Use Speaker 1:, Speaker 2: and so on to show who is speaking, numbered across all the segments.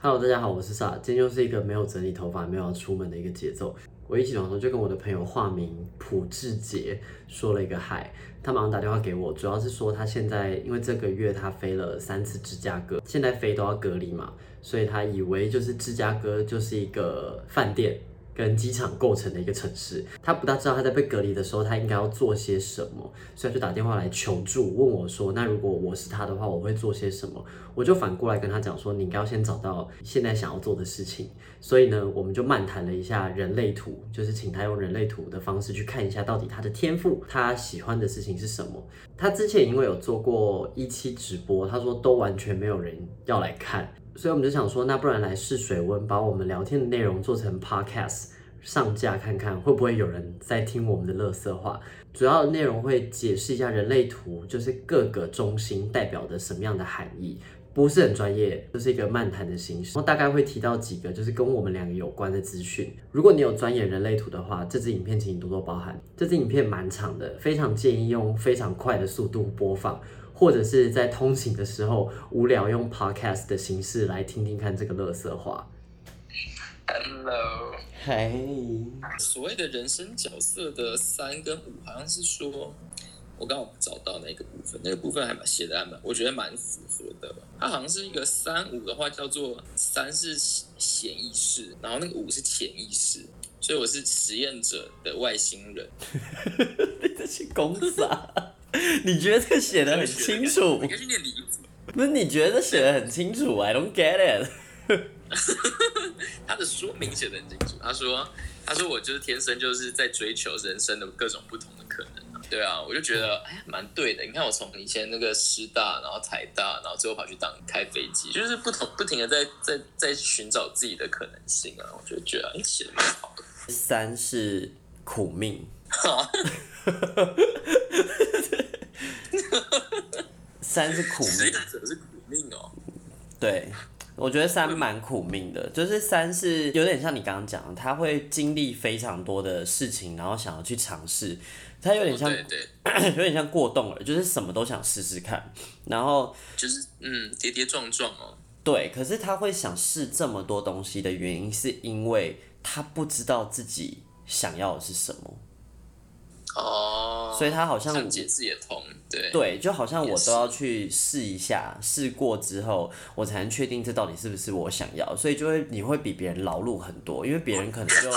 Speaker 1: Hello，大家好，我是萨，今天又是一个没有整理头发、没有要出门的一个节奏。我一起床的时候就跟我的朋友化名朴志杰说了一个嗨，他马上打电话给我，主要是说他现在因为这个月他飞了三次芝加哥，现在飞都要隔离嘛，所以他以为就是芝加哥就是一个饭店。跟机场构成的一个城市，他不大知道他在被隔离的时候，他应该要做些什么，所以他就打电话来求助，问我说：“那如果我是他的话，我会做些什么？”我就反过来跟他讲说：“你应该要先找到现在想要做的事情。”所以呢，我们就漫谈了一下人类图，就是请他用人类图的方式去看一下到底他的天赋，他喜欢的事情是什么。他之前因为有做过一期直播，他说都完全没有人要来看。所以我们就想说，那不然来试水温，把我们聊天的内容做成 podcast 上架看看，会不会有人在听我们的乐色话？主要的内容会解释一下人类图，就是各个中心代表的什么样的含义，不是很专业，就是一个漫谈的形式。然后大概会提到几个就是跟我们两个有关的资讯。如果你有钻研人类图的话，这支影片请你多多包涵。这支影片蛮长的，非常建议用非常快的速度播放。或者是在通勤的时候无聊用 podcast 的形式来听听看这个乐色话。
Speaker 2: Hello，
Speaker 1: 嗨，
Speaker 2: 所谓的人生角色的三跟五，好像是说，我刚好找到那个部分，那个部分还蛮写的还蛮，我觉得蛮符合的。它好像是一个三五的话，叫做三是潜意识，然后那个五是潜意识，所以我是实验者的外星人。
Speaker 1: 你这是公傻，你觉得这写的很清楚
Speaker 2: 我？应该去念理组，
Speaker 1: 不是？你觉得这写的很清楚？I don't get it。
Speaker 2: 他的说明写的很清楚。他说，他说我就是天生就是在追求人生的各种不同的可能、啊。对啊，我就觉得哎，蛮对的。你看我从以前那个师大，然后台大，然后最后跑去当开飞机，就是不同不停的在在在寻找自己的可能性啊。我就觉得哎，写的蛮好的。
Speaker 1: 三是苦 命，三是苦
Speaker 2: 实验
Speaker 1: 命。
Speaker 2: 者是苦命哦。
Speaker 1: 对，我觉得三蛮苦命的，就是三是有点像你刚刚讲的，他会经历非常多的事情，然后想要去尝试，他有点像
Speaker 2: 对哦对，
Speaker 1: 有点像过动了，就是什么都想试试看，然后
Speaker 2: 就是嗯，跌跌撞撞哦。
Speaker 1: 对，可是他会想试这么多东西的原因，是因为他不知道自己想要的是什么，
Speaker 2: 哦，
Speaker 1: 所以他好像
Speaker 2: 这样解释也通，对
Speaker 1: 对，就好像
Speaker 2: 也
Speaker 1: 我
Speaker 2: 是
Speaker 1: 都要去试一下，试过之后，我才能确定这到底是不是我想要，所以就会你会比别人劳碌很多，因为别人可能就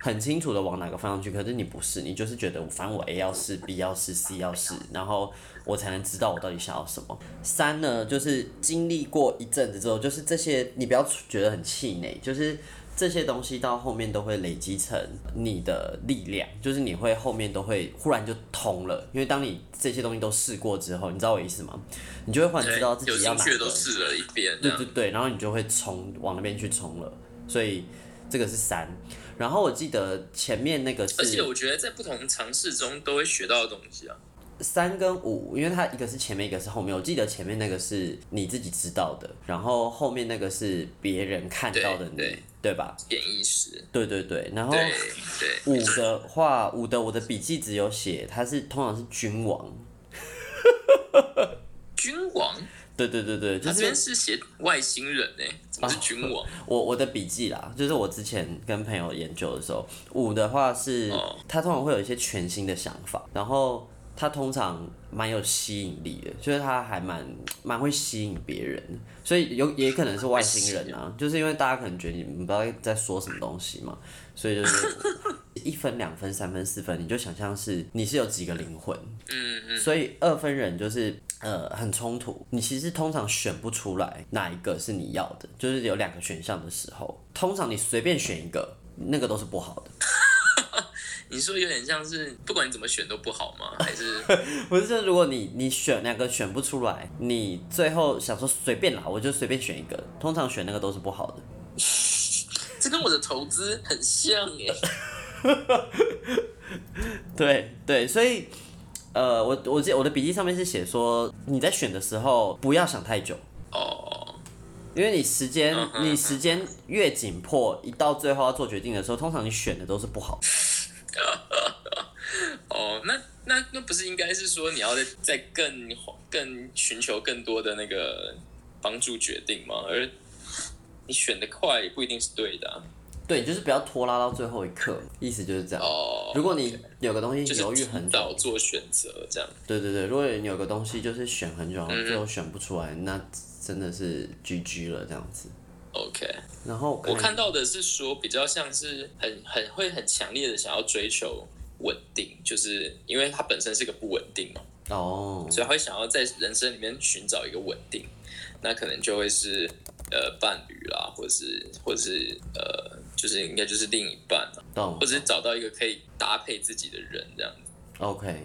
Speaker 1: 很清楚的往哪个方向去，可是你不是，你就是觉得反正我 A 要试，B 要试，C 要试，然后我才能知道我到底想要什么。三呢，就是经历过一阵子之后，就是这些你不要觉得很气馁，就是。这些东西到后面都会累积成你的力量，就是你会后面都会忽然就通了，因为当你这些东西都试过之后，你知道我意思吗？你就会忽然知道自
Speaker 2: 有
Speaker 1: 己要
Speaker 2: 兴
Speaker 1: 哪
Speaker 2: 趣的
Speaker 1: 个
Speaker 2: 都试了一遍，这
Speaker 1: 对
Speaker 2: 样
Speaker 1: 对对，然后你就会冲往那边去冲了，所以这个是三。然后我记得前面那个
Speaker 2: 而且
Speaker 1: 是
Speaker 2: 我觉得在不同尝试中都会学到的东西啊。
Speaker 1: 三跟五，因为它一个是前面，一个是后面。我记得前面那个是你自己知道的，然后后面那个是别人看到的你，
Speaker 2: 对
Speaker 1: 对
Speaker 2: 对
Speaker 1: 吧？
Speaker 2: 潜意识，
Speaker 1: 对对对，然后
Speaker 2: 对对，
Speaker 1: 五的话，五的我的笔记只有写它是通常是君王，
Speaker 2: 君王，
Speaker 1: 对对对对，就
Speaker 2: 他这边
Speaker 1: 是哦
Speaker 2: 是写外星人呢、怎么是君王？
Speaker 1: 我我的笔记啦，就是我之前跟朋友研究的时候，五的话是
Speaker 2: 哦
Speaker 1: 它通常会有一些全新的想法，然后它通常蛮有吸引力的，就是它还蛮蛮会吸引别人，所以有也可能是外星人 啊，就是因为大家可能觉得你们不知道在说什么东西嘛，所以就是一分、两分、三分、四分，你就想象是你是有几个灵魂，
Speaker 2: 嗯嗯，
Speaker 1: 所以二分人就是呃很冲突，你其实通常选不出来哪一个是你要的，就是有两个选项的时候，通常你随便选一个，那个都是不好的。
Speaker 2: 你说有点像是不管你怎么选都不好吗？还是
Speaker 1: 不是，就是如果你你选两个选不出来，你最后想说随便啦，我就随便选一个，通常选那个都是不好的。
Speaker 2: 这跟我的投资很像哎、
Speaker 1: 对对，所以呃，我我记我的笔记上面是写说，你在选的时候不要想太久，
Speaker 2: 哦，
Speaker 1: 因为你时间
Speaker 2: 嗯哼
Speaker 1: 你时间越紧迫，一到最后要做决定的时候，通常你选的都是不 好的。
Speaker 2: 哦，那那那不是应该是说你要再再更更寻求更多的那个帮助决定吗？而你选的快也不一定是对的啊、
Speaker 1: 对，就是不要拖拉到最后一刻，意思就是这样。
Speaker 2: 哦。
Speaker 1: 如果你有个东西
Speaker 2: 就是
Speaker 1: 犹豫很久
Speaker 2: 提早，做选择这样，
Speaker 1: 对对对，如果你有个东西就是选很久，然后
Speaker 2: 嗯
Speaker 1: 最后选不出来，那真的是 GG 了这样子。
Speaker 2: OK。
Speaker 1: 然后哎
Speaker 2: 我看到的是说，比较像是很很会很强烈的想要追求稳定，就是因为他本身是个不稳定嘛，
Speaker 1: 哦，
Speaker 2: 所以他会想要在人生里面寻找一个稳定，那可能就会是呃伴侣啦，或是或是呃，就是应该就是另一半啊，
Speaker 1: 懂
Speaker 2: 或者是找到一个可以搭配自己的人这样子。
Speaker 1: ，OK，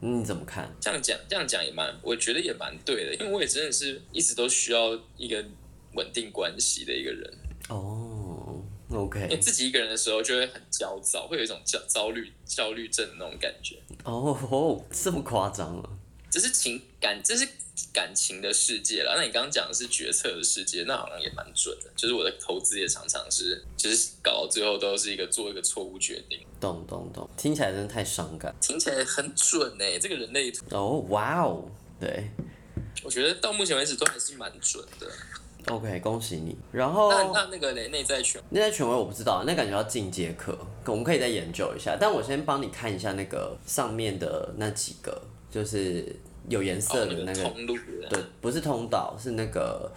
Speaker 1: 你怎么看？
Speaker 2: 这样讲，这样讲也蛮，我觉得也蛮对的，因为我也真的是一直都需要一个稳定关系的一个人。
Speaker 1: 哦
Speaker 2: 因为
Speaker 1: ，OK，
Speaker 2: 自己一个人的时候就会很焦躁，会有一种焦焦虑焦虑症的那种感觉。
Speaker 1: 哦吼，这么夸张啊？
Speaker 2: 这是情感，这是感情的世界啦。那你刚刚讲的是决策的世界，那好像也蛮准的。就是我的投资也常常是，就是搞到最后都是一个做一个错误决定，
Speaker 1: 懂懂懂，听起来真的太伤感。
Speaker 2: 听起来很准呢、这个人类图，
Speaker 1: 哦，哇哦，对
Speaker 2: 我觉得到目前为止都还是蛮准的。
Speaker 1: ，OK，恭喜你。然后
Speaker 2: 那那那个嘞，内在权
Speaker 1: 那在权威我不知道，那感觉要进阶课，我们可以再研究一下。但我先帮你看一下那个上面的那几个，就是有颜色
Speaker 2: 哦，
Speaker 1: 的
Speaker 2: 那
Speaker 1: 那
Speaker 2: 个
Speaker 1: 个，
Speaker 2: 通路，
Speaker 1: 对，不是通道，是那个，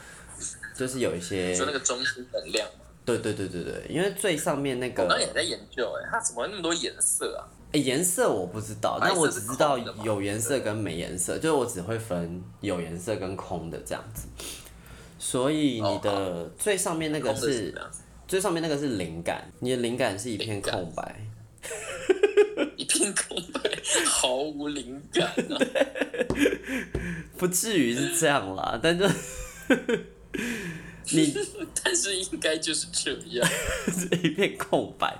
Speaker 1: 就是有一些
Speaker 2: 你，说那个中心能量，
Speaker 1: 对对对对对，因为最上面那
Speaker 2: 我
Speaker 1: 个
Speaker 2: 刚刚也在研究哎、它怎么会那么多颜色啊？
Speaker 1: 诶颜色我不知道，
Speaker 2: 白色
Speaker 1: 但我
Speaker 2: 是
Speaker 1: 只知道
Speaker 2: 空的嘛
Speaker 1: 有颜色跟没颜色，就是我只会分有颜色跟空的这样子。所以你的最上面那个
Speaker 2: 哦空的
Speaker 1: 是
Speaker 2: 怎么样？
Speaker 1: 最上面那个是灵感，你的灵感是一片
Speaker 2: 灵感
Speaker 1: 空白。
Speaker 2: 一片空白，毫无灵感 啊！
Speaker 1: 不至于是这样啦，但就 你
Speaker 2: 但是应该就是这样。
Speaker 1: 这一片空白，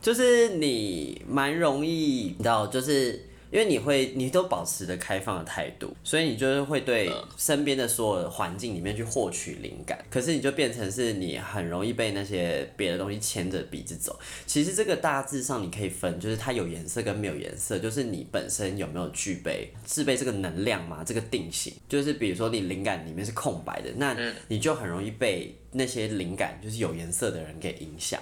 Speaker 1: 就是你蛮容易，你知道，就是因为你会，你都保持着开放的态度，所以你就是会对身边的所有的环境里面去获取灵感。可是你就变成是你很容易被那些别的东西牵着鼻子走。其实这个大致上你可以分，就是它有颜色跟没有颜色，就是你本身有没有具备具备这个能量嘛，这个定型。就是比如说你灵感里面是空白的，那你就很容易被那些灵感就是有颜色的人给影响。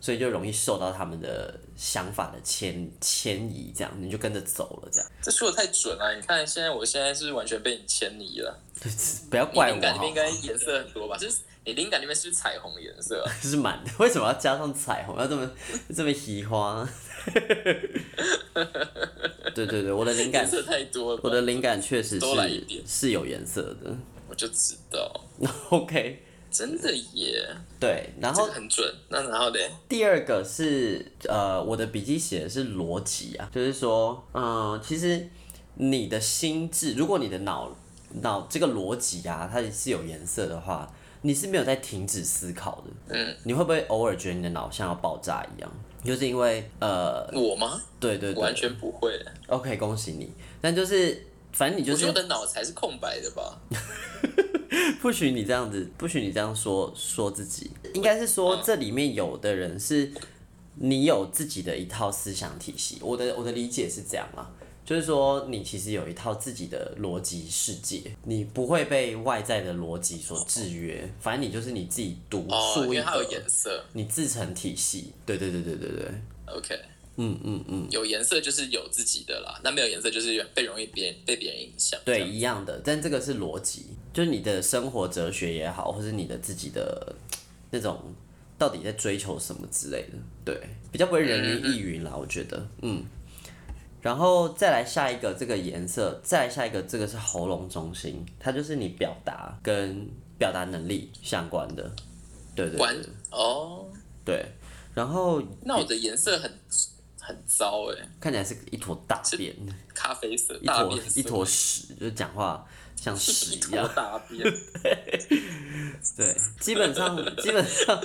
Speaker 1: 所以就容易受到他们的想法的牵牵移，这样你就跟着走了，这样
Speaker 2: 这说的太准了、你看现在，我现在是完全被你牵离了。
Speaker 1: 不要
Speaker 2: 嗯你
Speaker 1: 怪
Speaker 2: 灵感里
Speaker 1: 我
Speaker 2: 面应该颜色很多吧？就是你灵感里面是不是彩虹颜色啊、
Speaker 1: 哈，就是满的。 为什么要加上彩虹？要这么这么奇花？ 对对对，我的灵感
Speaker 2: 颜，色太多了吧，
Speaker 1: 我的灵感确实
Speaker 2: 多来一
Speaker 1: 是
Speaker 2: 点
Speaker 1: 是有颜色的。
Speaker 2: 我就知道，
Speaker 1: OK，
Speaker 2: 真的耶，
Speaker 1: 对，然
Speaker 2: 这
Speaker 1: 后
Speaker 2: 个很准。那然后嘞，
Speaker 1: 第二个是呃，我的笔记写的是逻辑啊，就是说，嗯，其实你的心智，如果你的脑脑这个逻辑啊，它是有颜色的话，你是没有在停止思考的。
Speaker 2: 嗯，
Speaker 1: 你会不会偶尔觉得你的脑像要爆炸一样？就是因为呃，
Speaker 2: 我吗？
Speaker 1: 对对
Speaker 2: 我完
Speaker 1: 对
Speaker 2: 全不会，
Speaker 1: ，OK，恭喜你。但就是反正你就
Speaker 2: 我觉得
Speaker 1: 是
Speaker 2: 我的脑才是空白的吧？
Speaker 1: 不许你这样子，不许你这样说说自己，应该是说这里面有的人是，你有自己的一套思想体系。我的我的理解是这样啦，就是说你其实有一套自己的逻辑世界，你不会被外在的逻辑所制约，反正你就是你自己独
Speaker 2: 哦，因
Speaker 1: 树一
Speaker 2: 为
Speaker 1: 格，
Speaker 2: 它有颜色。
Speaker 1: 你自成体系。对对对对对对，
Speaker 2: OK，
Speaker 1: 嗯嗯嗯，
Speaker 2: 有颜色就是有自己的啦，那没有颜色就是被容易别人被别人影响。这
Speaker 1: 对，
Speaker 2: 样，
Speaker 1: 一样的，但这个是逻辑，就是你的生活哲学也好，或是你的自己的那种到底在追求什么之类的，对，比较不会人云亦云啦，我觉得，嗯。然后再来下一个这个颜色，再来下一个这个是喉咙中心，它就是你表达跟表达能力相关的，对对
Speaker 2: 玩
Speaker 1: 对
Speaker 2: 哦，
Speaker 1: 对。然后
Speaker 2: 那我的颜色很很糟哎、
Speaker 1: 看起来是一坨大便，
Speaker 2: 咖啡色，
Speaker 1: 一
Speaker 2: 大
Speaker 1: 坨
Speaker 2: 便色
Speaker 1: 一坨屎，就是讲话像屎
Speaker 2: 一
Speaker 1: 一样
Speaker 2: 坨。大 便。
Speaker 1: 对，基本 上基本上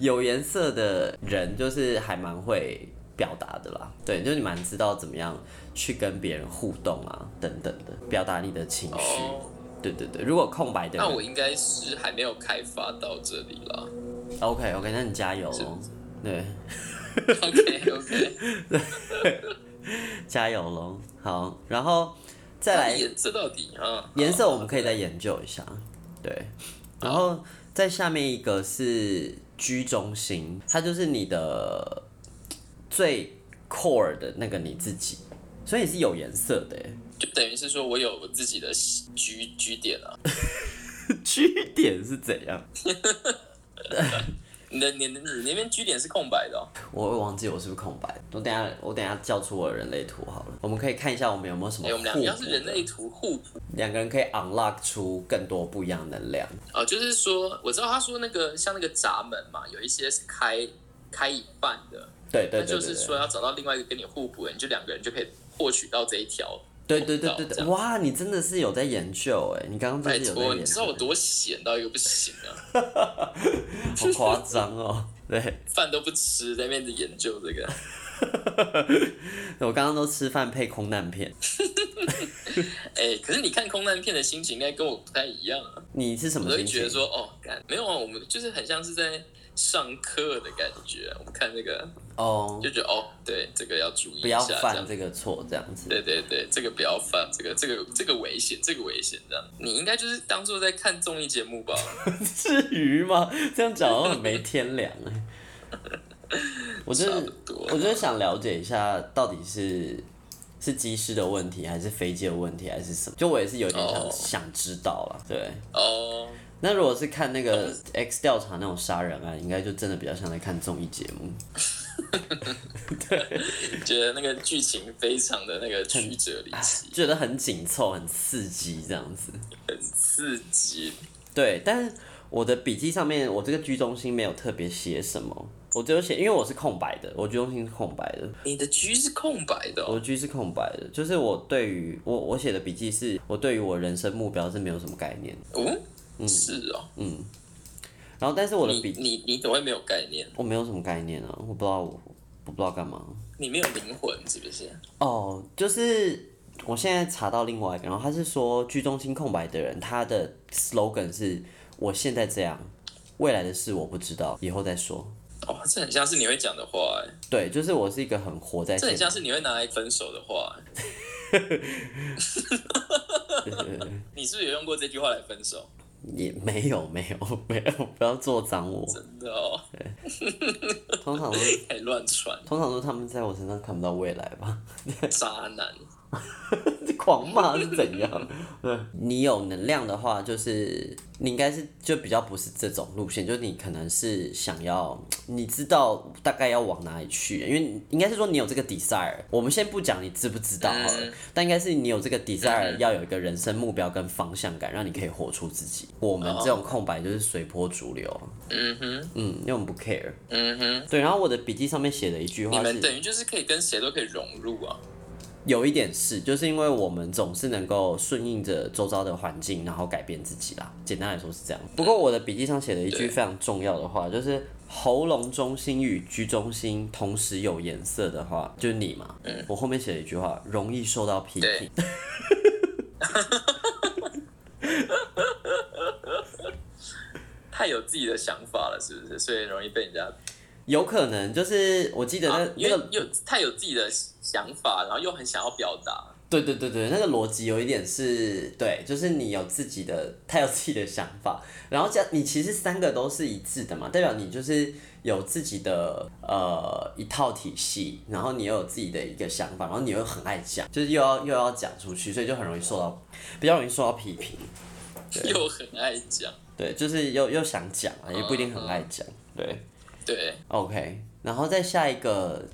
Speaker 1: 有颜色的人就是还蛮会表达的啦。对，就是你蛮知道怎么样去跟别人互动啊，等等的，表达你的情绪。
Speaker 2: 哦，
Speaker 1: 对对对，如果空白的
Speaker 2: 那
Speaker 1: 人
Speaker 2: 我应该是还没有开发到这里 啦。
Speaker 1: ，OK OK，那你加油喽。对，
Speaker 2: OK OK，
Speaker 1: 加油喽。好，然后 再来
Speaker 2: 颜色到底啊？
Speaker 1: 颜色我们可以再研究一下，对。然后在下面一个是居中心，它就是你的最 core 的那个你自己，所以你是有颜色的耶。
Speaker 2: 就等于是说我有我自己的居居点啊。
Speaker 1: 居点是怎样？
Speaker 2: 你的你的你那边居点是空白的、哦，
Speaker 1: 我会忘记我是不是空白。我等一下我等一下叫出我的人类图好了，我们可以看一下我们有没有什么
Speaker 2: 哎、
Speaker 1: 互
Speaker 2: 我
Speaker 1: 补
Speaker 2: 们
Speaker 1: 的。
Speaker 2: 俩要是人类图互补
Speaker 1: 两个人可以 unlock 出更多不一样的能量。
Speaker 2: 哦，就是说我知道他说那个像那个闸门嘛，有一些是开开一半的，
Speaker 1: 对对对
Speaker 2: 那就
Speaker 1: 对
Speaker 2: 是
Speaker 1: 对
Speaker 2: 说要找到另外一个跟你互补的，你就两个人就可以获取到这一条。
Speaker 1: 对对对对
Speaker 2: 这
Speaker 1: 对，
Speaker 2: 样
Speaker 1: 哇，你真的是有在研究哎，你刚刚
Speaker 2: 拜
Speaker 1: 真的有
Speaker 2: 托，
Speaker 1: 在
Speaker 2: 你
Speaker 1: 研
Speaker 2: 知
Speaker 1: 究
Speaker 2: 道，我多闲到一个不行啊，
Speaker 1: 好夸张哦。 对，
Speaker 2: 饭都不吃，在那边研究这个。
Speaker 1: 我刚刚都吃饭配空难片，
Speaker 2: 哎、可是你看空难片的心情应该跟我不太一样啊，
Speaker 1: 你是什
Speaker 2: 我
Speaker 1: 么
Speaker 2: 都会
Speaker 1: 心情？
Speaker 2: 觉得说，哦，干没有啊，我们就是很像是在上课的感觉。啊我们看这个
Speaker 1: 哦，
Speaker 2: 就觉得，哦，对，这个要注意
Speaker 1: 不
Speaker 2: 一
Speaker 1: 要
Speaker 2: 下，这
Speaker 1: 犯
Speaker 2: 样。
Speaker 1: 这个错，这样子。
Speaker 2: 对对对，这个不要犯，这个这个这个危险，这个危险这样。你应该就是当做在看综艺节目吧？
Speaker 1: 至于吗？这样讲好像很没天良 哎。我就
Speaker 2: 差
Speaker 1: 是
Speaker 2: 不多
Speaker 1: 我就是想了解一下，到底是是机师的问题，还是飞机的问题，还是什么？就我也是有点想、
Speaker 2: 哦
Speaker 1: 想知道啦。对。
Speaker 2: 哦，
Speaker 1: 那如果是看那个 X 调查那种杀人案，应该就真的比较像在看综艺节目，
Speaker 2: 觉得那个剧情非常的那个曲折离奇，
Speaker 1: 觉得很紧凑、很刺激这样子。
Speaker 2: 很刺激。
Speaker 1: 对，但是我的笔记上面，我这个居中心没有特别写什么，我只有写，因为我是空白的，我居中心是空白的，
Speaker 2: 你的居是空白的、
Speaker 1: 我
Speaker 2: 哦，
Speaker 1: 居是空白的，就是我对于我我写的笔记是，我对于我人生目标是没有什么概念。
Speaker 2: 哦，是哦。
Speaker 1: 然后，但是我的
Speaker 2: 你
Speaker 1: 笔
Speaker 2: 你你怎么会没有概念？
Speaker 1: 我没有什么概念啊，我不知道我我不知道干嘛。
Speaker 2: 你没有灵魂是不是？
Speaker 1: 哦，就是我现在查到另外一个，然后他是说居中心空白的人，他的 slogan 是“我现在这样，未来的事我不知道，以后再说
Speaker 2: 哦，这很像是你会讲的话、哎，”。
Speaker 1: 对，就是我是一个很活在
Speaker 2: 这很
Speaker 1: 现
Speaker 2: 像是你会拿来分手的话、哎你是不是有用过这句话来分手？
Speaker 1: 也 没有没有 没有，不要做脏我。
Speaker 2: 真的哦，
Speaker 1: 通常都是
Speaker 2: 还乱传，
Speaker 1: 通常都他们在我身上看不到未来吧，
Speaker 2: 渣男。
Speaker 1: 狂骂是怎样？对，你有能量的话，就是你应该是就比较不是这种路线，就是你可能是想要，你知道大概要往哪里去，因为你应该是说你有这个 desire。我们先不讲你知不知道好了，但应该是你有这个 desire，要有一个人生目标跟方向感，让你可以活出自己。我们这种空白就是随波逐流，
Speaker 2: 嗯哼，
Speaker 1: 嗯，因为我们不 care。
Speaker 2: 嗯哼，
Speaker 1: 对，然后我的笔记上面写的一句
Speaker 2: 你
Speaker 1: 话
Speaker 2: 们
Speaker 1: 是。
Speaker 2: 等于就是可以跟谁都可以融入啊。
Speaker 1: 有一点是，就是因为我们总是能够顺应着周遭的环境，然后改变自己啦。简单来说是这样。不过我的笔记上写了一句
Speaker 2: 对
Speaker 1: 非常重要的话，就是喉咙中心与居中心同时有颜色的话，就是你嘛。
Speaker 2: 嗯
Speaker 1: 我后面写了一句话，容易受到批评。
Speaker 2: 太有自己的想法了，是不是？所以容易被人家
Speaker 1: 有可能就是我记得那、
Speaker 2: 啊因
Speaker 1: 那
Speaker 2: 为
Speaker 1: 个，
Speaker 2: 有太有自己的想法，然后又很想要表达。
Speaker 1: 对对对对，那个逻辑有一点是对，就是你有自己的，他有自己的想法，然后这样你其实三个都是一致的嘛，代表你就是有自己的呃一套体系，然后你又有自己的一个想法，然后你又很爱讲，就是又要又要讲出去，所以就很容易受到比较容易受到批评。
Speaker 2: 又很爱讲，
Speaker 1: 对，就是又又想讲啊，也不一定很爱讲。对
Speaker 2: 对，
Speaker 1: ，OK，然后再下一个。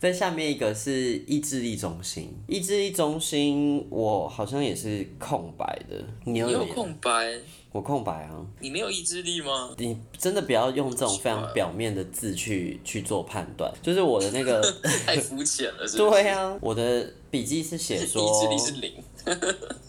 Speaker 1: 在下面一个是意志力中心，意志力中心我好像也是空白的，你有啊
Speaker 2: 你有
Speaker 1: 点
Speaker 2: 空白，
Speaker 1: 我空白啊，
Speaker 2: 你没有意志力吗？
Speaker 1: 你真的不要用这种非常表面的字去去做判断，就是我的那 个，
Speaker 2: 太肤浅了，是不是？
Speaker 1: 对啊，我的笔记是写说
Speaker 2: 意志力是零，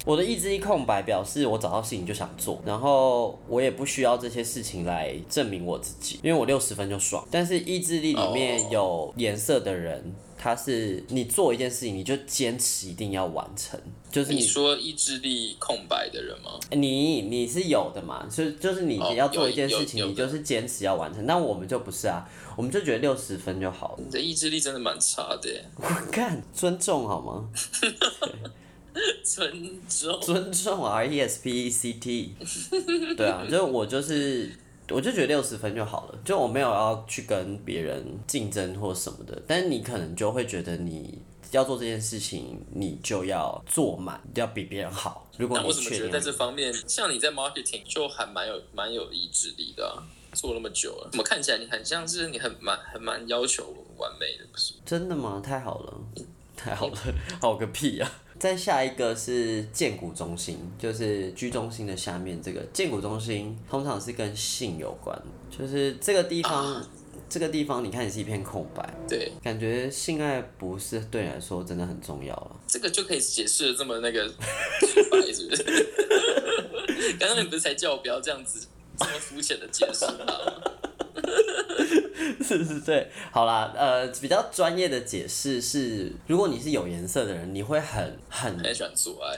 Speaker 1: 我的意志力空白，表示我找到事情就想做，然后我也不需要这些事情来证明我自己，因为我六十分就爽。但是意志力里面
Speaker 2: 哦
Speaker 1: 有颜色的人，他是你做一件事情，你就坚持一定要完成，就是
Speaker 2: 你
Speaker 1: 你。
Speaker 2: 说意志力空白的人吗？
Speaker 1: 你你是有的嘛，就就是你
Speaker 2: 哦
Speaker 1: 要做
Speaker 2: 有
Speaker 1: 一件
Speaker 2: 有
Speaker 1: 事情，
Speaker 2: 有
Speaker 1: 你
Speaker 2: 的
Speaker 1: 就是坚持要完成。但我们就不是啊，我们就觉得六十分就好了。
Speaker 2: 你的意志力真的蛮差的耶，
Speaker 1: 看，尊重好吗？
Speaker 2: 尊重。
Speaker 1: 尊重 R E S P E C T，对啊，就是我就是。我就觉得六十分就好了，就我没有要去跟别人竞争或什么的，但是你可能就会觉得你要做这件事情，你就要做满，要比别人好。如果
Speaker 2: 那
Speaker 1: 你
Speaker 2: 我怎么
Speaker 1: 确
Speaker 2: 觉
Speaker 1: 定啊
Speaker 2: 得在这方面，像你在 marketing 就还蛮有蛮有意志力的啊、做那么久了，怎么看起来你很像是你很蛮很蛮要求完美的，不是？
Speaker 1: 真的吗？太好了，太好了， 好个屁啊！再下一个是建股中心，就是居中心的下面这个建股中心，通常是跟性有关，就是这个地方，这个地方你看也是一片空白，
Speaker 2: 对，
Speaker 1: 感觉性爱不是对你来说真的很重要啊了。
Speaker 2: 这个就可以解释的这么那个直白，是不是？刚刚你不是才 叫我不要这样子这么肤浅的解释吗？
Speaker 1: 是是，对，好啦，呃，比较专业的解释是，如果你是有颜色的人，你会很很
Speaker 2: 很喜欢做爱，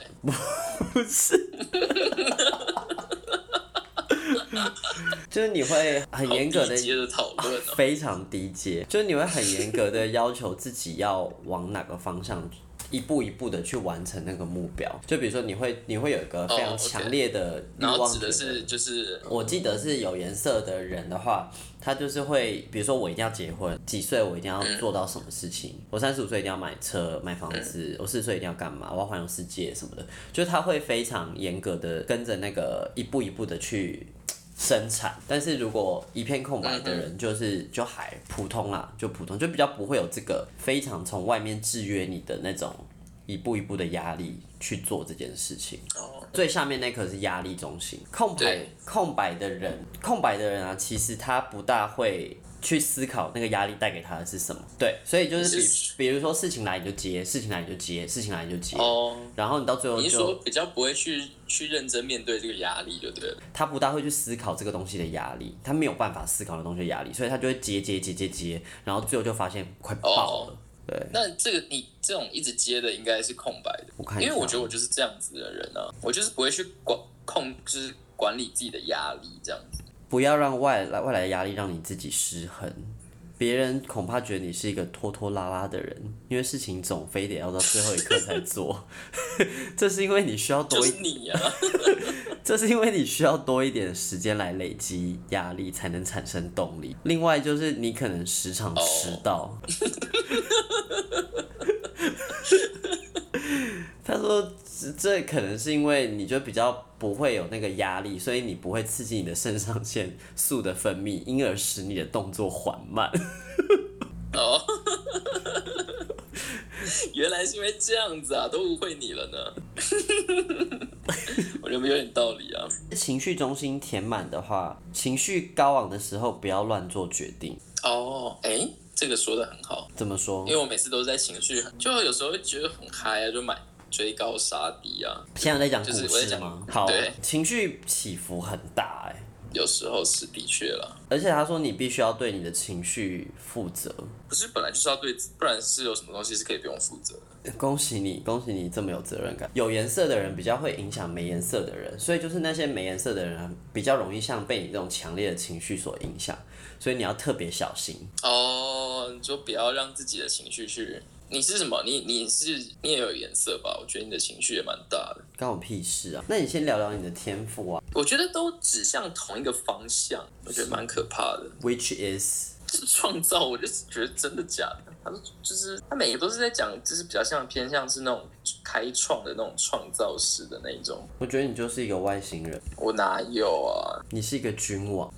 Speaker 1: 就是你会很严格
Speaker 2: 好
Speaker 1: 的啊
Speaker 2: 低阶的讨论哦。
Speaker 1: 非常低阶，就是你会很严格的要求自己要往哪个方向。一步一步的去完成那个目标，就比如说你会你会有一个非常
Speaker 2: 哦，OK
Speaker 1: 强烈的欲
Speaker 2: 然
Speaker 1: 望，
Speaker 2: 后指的是 就是
Speaker 1: 我记得是有颜色的人的话，他就是会，比如说我一定要结婚，几岁我一定要做到什么事情，我三十五岁一定要买车、买房子，我四十岁一定要干嘛，我要环游世界什么的，就是他会非常严格的跟着那个一步一步的去。生产，但是如果一片空白的人，就是就还普通啦，就普通，就比较不会有这个非常从外面制约你的那种一步一步的压力去做这件事情。
Speaker 2: 哦，
Speaker 1: 最下面那颗是压力中心，空白
Speaker 2: 对
Speaker 1: 空白的人，空白的人啊，其实他不大会去思考那个压力带给他的是什么。对，所以就是比
Speaker 2: 你是
Speaker 1: 比如说事情来你就接，事情来你就接，事情来你就接，
Speaker 2: 哦，
Speaker 1: 然后你到最后
Speaker 2: 你是
Speaker 1: 就
Speaker 2: 说比较不会去去认真面对这个压力，就对了。
Speaker 1: 他不大会去思考这个东西的压力，他没有办法思考的东西的压力，所以他就会接接接接接，然后最后就发现快
Speaker 2: 哦
Speaker 1: 爆了。对，
Speaker 2: 那这个你这种一直接的应该是空白的，
Speaker 1: 我看一
Speaker 2: 因
Speaker 1: 下
Speaker 2: 为我觉得我就是这样子的人啊，我就是不会去管控，就是管理自己的压力这样子。
Speaker 1: 不要让外来外来的压力让你自己失衡，别人恐怕觉得你是一个拖拖拉拉的人，因为事情总非得要到最后一刻才做。 这是因为你需要
Speaker 2: 就
Speaker 1: 多一，
Speaker 2: 是你啊，
Speaker 1: 这是因为你需要多一点时间来累积压力，才能产生动力。另外就是你可能时常迟到。 他说这这可能是因为你就比较不会有那个压力，所以你不会刺激你的肾上腺素的分泌，因而使你的动作缓慢。
Speaker 2: 哦，原来是因为这样子啊，都误会你了呢。 我觉得有点道理啊，
Speaker 1: 情绪中心填满的话，情绪高昂的时候不要乱做决定。
Speaker 2: 哦，哎、这个说的很好，
Speaker 1: 怎么说
Speaker 2: 因？为我每次都在情绪很，就有时候会觉得很嗨啊，就买追高杀低啊，
Speaker 1: 现在在讲故
Speaker 2: 就是我在
Speaker 1: 事
Speaker 2: 讲
Speaker 1: 吗？好
Speaker 2: 对，
Speaker 1: 情绪起伏很大哎、
Speaker 2: 有时候是的确啦。
Speaker 1: 而且他说你必须要对你的情绪负责。
Speaker 2: 不是本来就是要对，不然是有什么东西是可以不用负责的。
Speaker 1: 恭喜你，恭喜你这么有责任感。有颜色的人比较会影响没颜色的人，所以就是那些没颜色的人比较容易像被你这种强烈的情绪所影响，所以你要特别小心。
Speaker 2: 哦，你说不要让自己的情绪去。你是什么？你你是你也有颜色吧？我觉得你的情绪也蛮大的。
Speaker 1: 关我屁事啊！那你先聊聊你的天赋啊
Speaker 2: 我觉得都指向同一个方向，我觉得蛮可怕的。
Speaker 1: ，which is
Speaker 2: 就是创造，我就觉得真的假的。他说就是他每个都是在讲，就是比较像偏向是那种开创的那种创造式的那一种。
Speaker 1: 我觉得你就是一个外星人，
Speaker 2: 我哪有啊？
Speaker 1: 你是一个君王。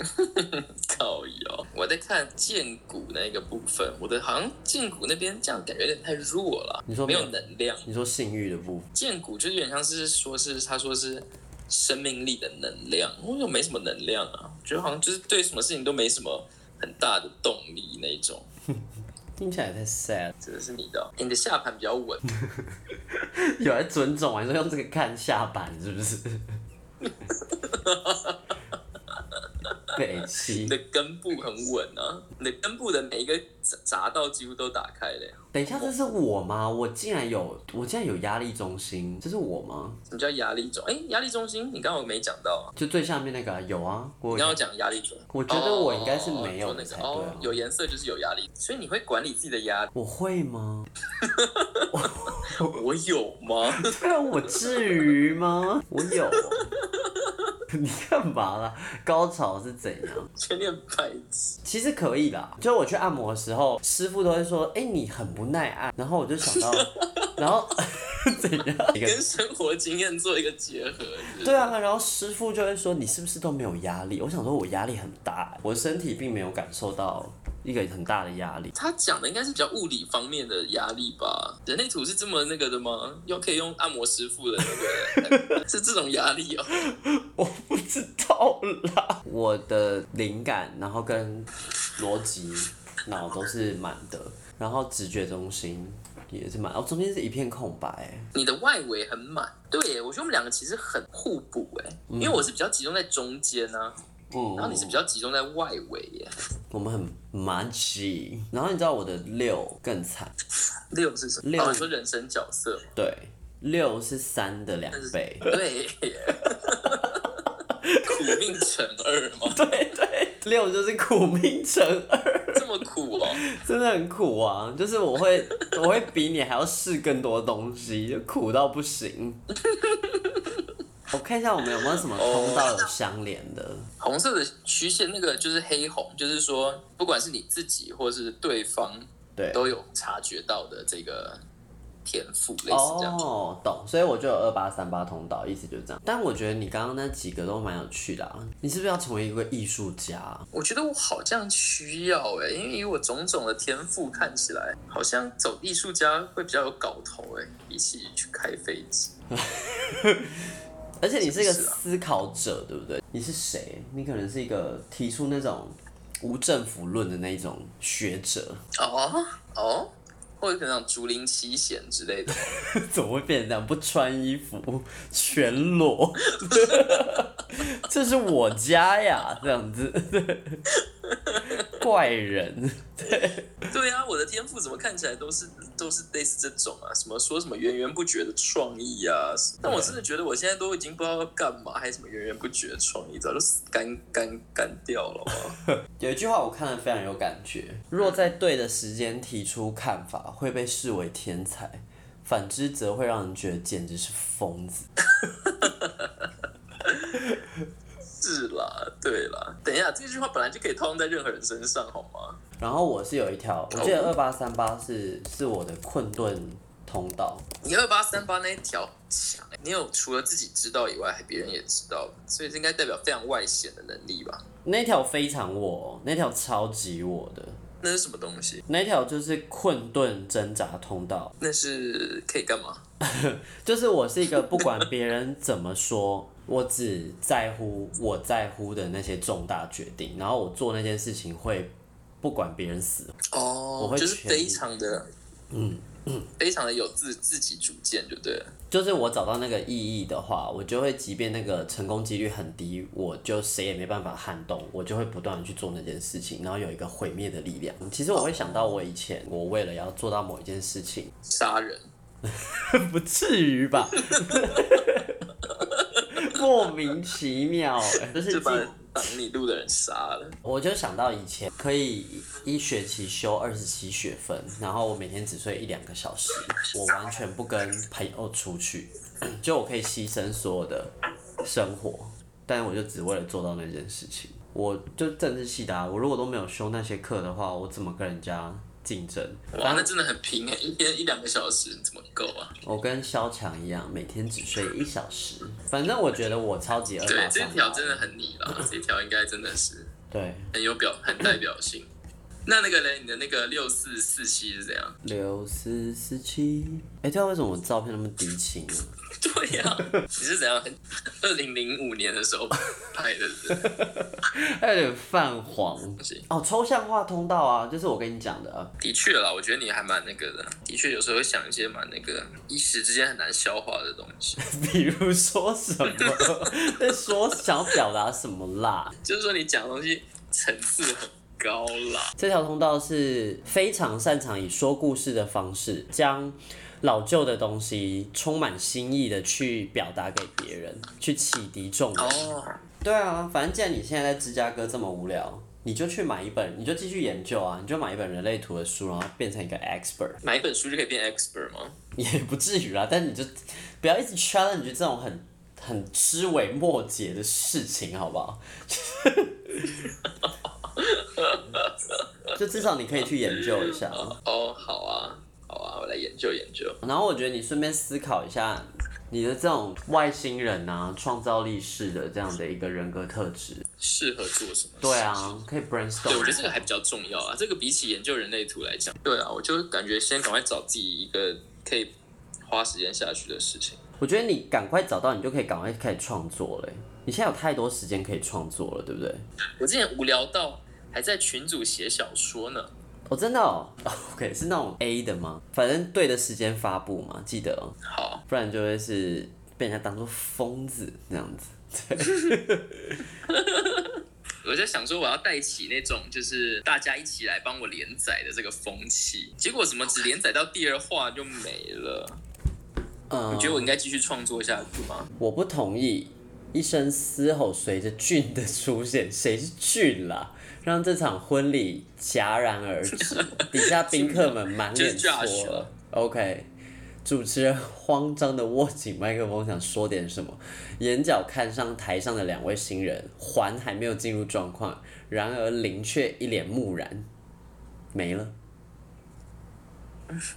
Speaker 2: 靠腰！我在看剑骨那个部分，我的好像剑骨那边这样感觉有点太弱了，
Speaker 1: 你说
Speaker 2: 没
Speaker 1: 没有
Speaker 2: 有能量。
Speaker 1: 你说性欲的部分，
Speaker 2: 剑骨就有点像是说是他说是生命力的能量，我又没什么能量啊，我觉得好像就是对什么事情都没什么很大的动力那一种。
Speaker 1: 听起来也太 sad。
Speaker 2: 这个是你的哦，你的下盘比较稳，
Speaker 1: 有在尊重啊？你说用这个看下板是 不是？北
Speaker 2: 你
Speaker 1: 七，
Speaker 2: 的根部很稳啊，你的根部的每一个闸闸道几乎都打开了。
Speaker 1: 等一下，这是我吗？我竟然有，我竟然有压力中心，这是我吗？
Speaker 2: 什么叫压力中？哎，压力中心，你刚刚我没讲到啊。
Speaker 1: 就最下面那个啊、有啊，我
Speaker 2: 你要讲压力中，
Speaker 1: 我觉得我应该是没有
Speaker 2: 哦
Speaker 1: 的才对啊
Speaker 2: 哦有颜色就是有压力，所以你会管理自己的压力。
Speaker 1: 我会吗？
Speaker 2: 我有吗？
Speaker 1: 对啊，我至于吗？我有。 你干嘛啦？高潮是怎样？
Speaker 2: 全脸白痴。
Speaker 1: 其实可以啦，就是我去按摩的时候，师傅都会说：“哎、你很不耐按。”然后我就想到，然后 怎样？
Speaker 2: 跟生活经验做一个结合。是
Speaker 1: 对啊，然后师傅就会说：“你是不是都没有压力？”我想说，我压力很大，我身体并没有感受到一个很大的压力。
Speaker 2: 他讲的应该是比较物理方面的压力吧？人类图是这么那个的吗？又可以用按摩师傅的那个， 是这种压力哦。
Speaker 1: 我不知道啦，我的灵感，然后跟逻辑脑都是满的，然后直觉中心也是满，哦，中间是一片空白。
Speaker 2: 你的外围很满，对耶我觉得我们两个其实很互补哎，因为我是比较集中在中间啊，
Speaker 1: 嗯，
Speaker 2: 然后你是比较集中在外围耶。
Speaker 1: 我们很蛮挤，然后你知道我的六更惨，
Speaker 2: 六是什么？
Speaker 1: 六
Speaker 2: 哦，你说人生角色嘛，
Speaker 1: 对，六是三的两倍，
Speaker 2: 对耶， 苦命乘二嘛，
Speaker 1: 对对，六就是苦命乘二，
Speaker 2: 这么苦哦。
Speaker 1: 真的很苦啊！就是我会我会比你还要试更多东西，就苦到不行。我看一下我们有没有什么通道有相连的，
Speaker 2: 红色的虚线那个就是黑红，就是说不管是你自己或是对方
Speaker 1: 对，
Speaker 2: 都有察觉到的这个天赋，类似这样。
Speaker 1: 哦，懂，所以我就有二八三八通道，意思就是这样。但我觉得你刚刚那几个都蛮有趣的啊，你是不是要成为一个艺术家啊？
Speaker 2: 我觉得我好像需要哎、因为以我种种的天赋看起来，好像走艺术家会比较有搞头哎、比起去开飞机。
Speaker 1: 而且你是一个
Speaker 2: 是啊
Speaker 1: 思考者，对不对？你是谁？你可能是一个提出那种无政府论的那种学者，
Speaker 2: 哦哦，或者可能竹林七贤之类的。
Speaker 1: 怎么会变成这样？不穿衣服，全裸， 这是我家呀，这样子， 对，怪人，
Speaker 2: 对啊，我的天赋怎么看起来都是都是类似这种啊？什么说什么源源不绝的创意啊？但我真的觉得我现在都已经不知道要干嘛，还什么源源不绝的创意，早就死干干干掉了嘛。
Speaker 1: 有一句话我看了非常有感觉：若在对的时间提出看法，会被视为天才；反之，则会让人觉得简直是疯子。
Speaker 2: 是啦，对啦。等一下，这句话本来就可以套用在任何人身上，好吗？
Speaker 1: 然后我是有一条，我记得二八三八是是我的困顿通道，
Speaker 2: 你二八三八那一条很强欸、你有除了自己知道以外，还别人也知道，所以这应该代表非常外显的能力吧？
Speaker 1: 那条非常我，那条超级我的，
Speaker 2: 那是什么东西？
Speaker 1: 那条就是困顿挣扎通道，
Speaker 2: 那是可以干嘛？
Speaker 1: 就是我是一个不管别人怎么说，我只在乎我在乎的那些重大决定，然后我做那件事情会不管别人死活我
Speaker 2: 哦
Speaker 1: 会
Speaker 2: 就是
Speaker 1: 全力
Speaker 2: 非常的，嗯嗯，非常的有自自己主见，就对了。
Speaker 1: 就是我找到那个意义的话，我就会，即便那个成功几率很低，我就谁也没办法撼动，我就会不断的去做那件事情，然后有一个毁灭的力量。其实我会想到，我以前我为了要做到某一件事情，
Speaker 2: 杀人，
Speaker 1: 不至于吧？ 莫名其妙、 欸，就是
Speaker 2: 就把
Speaker 1: 进
Speaker 2: 挡你路的人杀了。
Speaker 1: 我就想到以前可以一学期修二十七学分，然后我每天只睡一两个小时，我完全不跟朋友出去， 就我可以牺牲所有的生活，但我就只为了做到那件事情。我就政治系的、啊，我如果都没有修那些课的话，我怎么跟人家竞争？
Speaker 2: 哇，那真的很拼哎、一天一两个小时怎么够啊？
Speaker 1: 我跟萧强一样，每天只睡一小时。反正我觉得我超级二
Speaker 2: 对
Speaker 1: 八，
Speaker 2: 这
Speaker 1: 三八
Speaker 2: 条真的很你啦，这条应该真的是
Speaker 1: 对
Speaker 2: 很有表，很代表性。那那个嘞，你的那个六四四七是怎样？
Speaker 1: 六四四七。哎、对啊，为什么我照片那么低清啊？
Speaker 2: 对呀、你是怎样？二零零五年的时候拍的是不是
Speaker 1: 它有点泛黄
Speaker 2: 是
Speaker 1: 哦，抽象化通道啊，就是我跟你讲的啊，
Speaker 2: 的确啦，我觉得你还蛮那个的，的确有时候会想一些蛮那个一时之间很难消化的东西。
Speaker 1: 比如说什么， 在说想要表达什么啦。
Speaker 2: 就是说你讲的东西层次很高啦，
Speaker 1: 这条通道是非常擅长以说故事的方式，将老旧的东西充满新意的去表达给别人，去启迪众人。
Speaker 2: 哦，
Speaker 1: 对啊，反正既然你现在在芝加哥这么无聊，你就去买一本，你就继续研究啊，你就买一本人类图的书，然后变成一个 expert，
Speaker 2: 买一本书就可以变 expert 吗？
Speaker 1: 也不至于啦。但你就不要一直 challenge 这种很很枝微末节的事情，好不好？ 就至少你可以去研究一下。
Speaker 2: 哦，好啊，好啊，我来研究研究。
Speaker 1: 然后我觉得你顺便思考一下，你的这种外星人啊，创造力式的这样的一个人格特质，
Speaker 2: 适合做什么？
Speaker 1: 对，啊，可以 brainstorm。
Speaker 2: 对我觉得这个还比较重要啊。这个比起研究人类图来讲，对啊，我就感觉先赶快找自己一个可以花时间下去的事情。
Speaker 1: 我觉得你赶快找到，你就可以赶快开始创作了欸。你现在有太多时间可以创作了，对不对？
Speaker 2: 我之前无聊到还在群组写小说呢。
Speaker 1: 哦，真的哦 ，OK，是那种 A 的吗？反正对的时间发布嘛，记得哦，
Speaker 2: 好，
Speaker 1: 不然就会是被人家当做疯子那样子。
Speaker 2: 我在想说我要带起那种就是大家一起来帮我连载的这个风气，结果怎么只连载到第二话就没了？
Speaker 1: 嗯，
Speaker 2: 你觉得我应该继续创作下去吗？
Speaker 1: 我不同意。一声嘶吼随着俊的出现， 谁是俊啦？让这场婚礼戛然而止，底下宾客们满脸
Speaker 2: 就是
Speaker 1: 错
Speaker 2: Josh
Speaker 1: 愕。OK，主持人慌张的握紧麦克风，想说点什么，眼角看上台上的两位新人，环还没有进入状况，然而林却一脸木然，没了。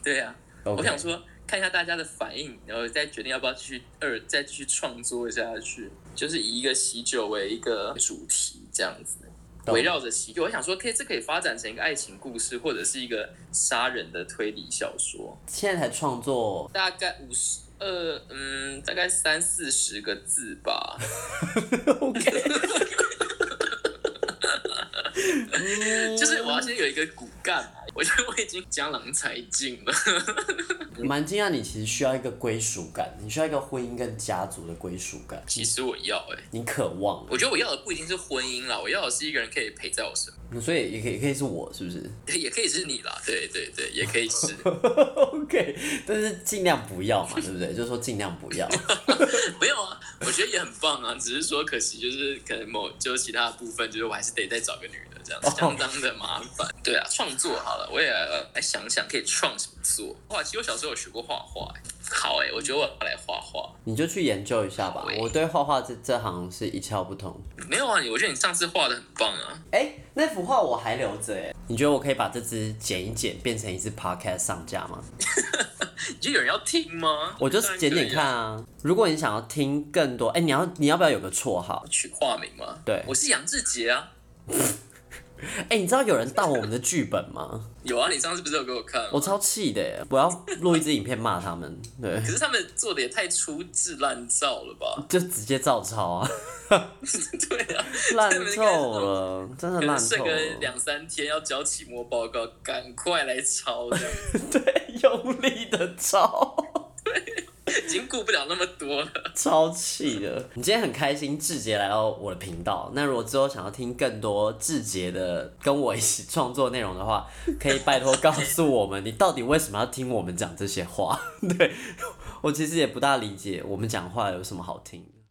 Speaker 2: 对啊我
Speaker 1: OK，
Speaker 2: 想说看一下大家的反应，然后再决定要不要继续二再继续创作下去，就是以一个喜酒为一个主题这样子。
Speaker 1: 懂
Speaker 2: 围绕着喜酒，我想说，可以这可以发展成一个爱情故事，或者是一个杀人的推理小说。
Speaker 1: 现在才创作，
Speaker 2: 大概五十二，嗯，大概三四十个字 吧。OK，就是
Speaker 1: 嗯
Speaker 2: 我要先有一个骨干嘛，我觉得我已经江郎才尽了。
Speaker 1: 蛮惊讶你其实需要一个归属感，你需要一个婚姻跟家族的归属感，
Speaker 2: 其实我要哎、
Speaker 1: 你渴望。
Speaker 2: 我觉得我要的不一定是婚姻啦，我要的是一个人可以陪在我身
Speaker 1: 所以也可以也可以是我，是不是
Speaker 2: 边， 也可以是你啦，对对 对，也可以是。
Speaker 1: ？OK，但是尽量不要嘛，对不对？就是说尽量 不要。
Speaker 2: 没有啊，我觉得也很棒啊，只是说可惜就是可能某就是其他的部分，就是我还是得再找个女的这样，
Speaker 1: 哦
Speaker 2: 相当的麻烦。对啊，创作好了，我也呃来想想可以创什么作。画，其实我小时候有学过画画、欸好哎、我觉得我要来画画。
Speaker 1: 你就去研究一下吧。
Speaker 2: 喂
Speaker 1: 我对画画这这行是一窍不通。
Speaker 2: 没有啊，你我觉得你上次画的很棒啊，
Speaker 1: 哎、那幅画我还留着哎。你觉得我可以把这支剪一剪，变成一支 podcast 上架吗？
Speaker 2: 你觉得有人要听吗？
Speaker 1: 我就是剪剪看
Speaker 2: 当然可以啊。
Speaker 1: 啊。如果你想要听更多，哎、你要你要不要有个绰号？
Speaker 2: 取化名吗？
Speaker 1: 对
Speaker 2: 我是杨志杰啊。
Speaker 1: 哎、你知道有人盗我们的剧本吗？
Speaker 2: 有啊，你上次不是有给我看吗？
Speaker 1: 我超气的耶，我要录一支影片骂他们。对，
Speaker 2: 可是他们做的也太粗制滥造了吧？
Speaker 1: 就直接照抄啊。
Speaker 2: 对啊，
Speaker 1: 烂透了，真的
Speaker 2: 可能
Speaker 1: 烂透
Speaker 2: 剩
Speaker 1: 了
Speaker 2: 个，两三天要交期末报告，赶快来抄 这样，
Speaker 1: 用力的抄，
Speaker 2: 已经顾不了那么多了。
Speaker 1: 超气的。你今天很开心，志杰来到我的频道。那如果之后想要听更多志杰的跟我一起创作内容的话，可以拜托告诉我们，你到底为什么要听 我们讲这些话？对我其实也不大理解，我们讲话有什么好听的。